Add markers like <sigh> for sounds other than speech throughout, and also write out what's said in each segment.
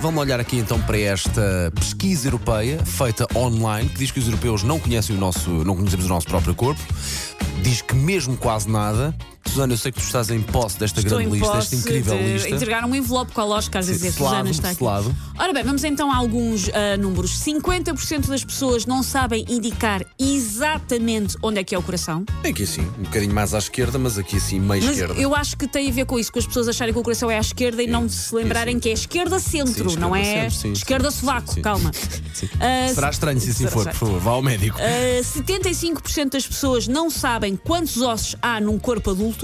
Vamos olhar aqui então para esta pesquisa europeia feita online que diz que os europeus não conhecem o nosso, não conhecemos o nosso próprio corpo. Diz que mesmo quase nada. Susana, eu sei que tu estás em posse desta Estou grande em lista, posse desta incrível de lista. entregar um envelope com a lógica, às vezes a Susana selado, está aqui. selado. Ora bem, vamos então a alguns ah, números. 50% das pessoas não sabem indicar exatamente onde é que é o coração. É aqui assim, um bocadinho mais à esquerda, mas aqui assim, meio Mas esquerda. eu acho que tem a ver com isso, com as pessoas acharem que o coração é à esquerda e não se lembrarem sim. que é esquerda-centro, Sim, não é esquerda-centro, sim, sim, esquerda-sovaco, sim, sim. calma. Sim. Ah, Será estranho se assim será for, por estranho. favor, vá ao médico. Ah, 75% das pessoas não sabem quantos ossos há num corpo adulto.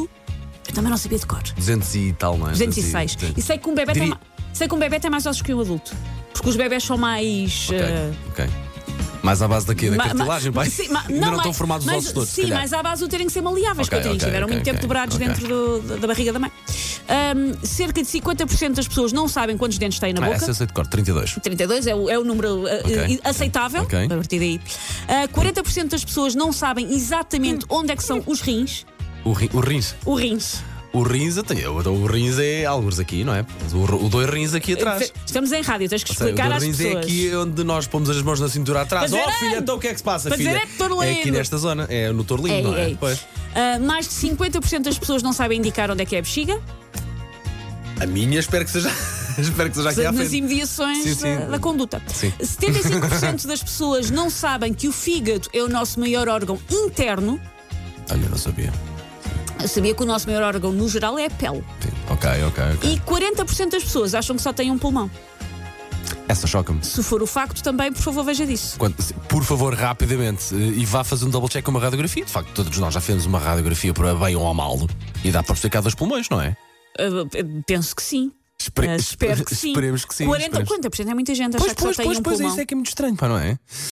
Eu também não sabia de cor. 200 e tal, não é? 206. E sei que um bebê tem, Diri- ma- sei que um bebê tem mais ossos que um adulto. Porque os bebés são mais. Ok, eh, ok. Mais à base daqui, da ma- ma- cartilagem, pai. sim, ma- <laughs> Ainda não estão mas- formados os mas- ossos todos, se Sim, calhar. mas à base o terem que ser maliáveis, Ok, coitadinhos. ok, Tiveram ok, muito tempo ok, dobrados ok. dentro do- da- da barriga da mãe. Ahm, cerca de 50% das pessoas não sabem quantos dentes têm na Ah, boca. essa eu sei de cor, 32. 32 é o, é o número eh, Ok. eh, aceitável, Ok. a partir daí. Ah, 40% das pessoas não sabem exatamente onde é que são os rins. O, ri, o rins. O rins. O rins, eu tenho, o rins é alguns aqui, não é? O, ro- o dois rins aqui atrás. Estamos em rádio, tens que Ou seja, explicar o às dois rins pessoas. é aqui onde nós pomos as mãos na cintura atrás. Para dizer, oh, filha, "Ai!" então o que é que se passa, Para filha? dizer, "É Torlindo!" é aqui nesta zona, é no Torlindo, Ei, não é? ei. Pois. Ah, mais de 50% das pessoas não sabem indicar onde é que é a bexiga, A minha espero que seja, <laughs> espero que seja aqui à nas frente. imediações Sim, sim. Da, da conduta. Sim. 75% das pessoas não sabem que o fígado é o nosso maior órgão interno. Olha, eu não sabia. Eu sabia que o nosso maior órgão, no geral, é a pele. Sim, Ok, ok, ok. E 40% das pessoas acham que só têm um pulmão. Essa choca-me. Se for o facto, também, por favor, veja disso. Quando- se- por favor, rapidamente, eh, e vá fazer um double check com uma radiografia. De facto, todos nós já fizemos uma radiografia para bem ou a mal e dá para perceber dos pulmões, não é? Ah, ah, penso que sim. Espere- Ah, espero que sim. Esperemos que sim. 40, esperemos. 40% é muita gente achar Pois, que só pois, tem pois, um pois, pulmão. isso é que é muito é estranho, pá, não é?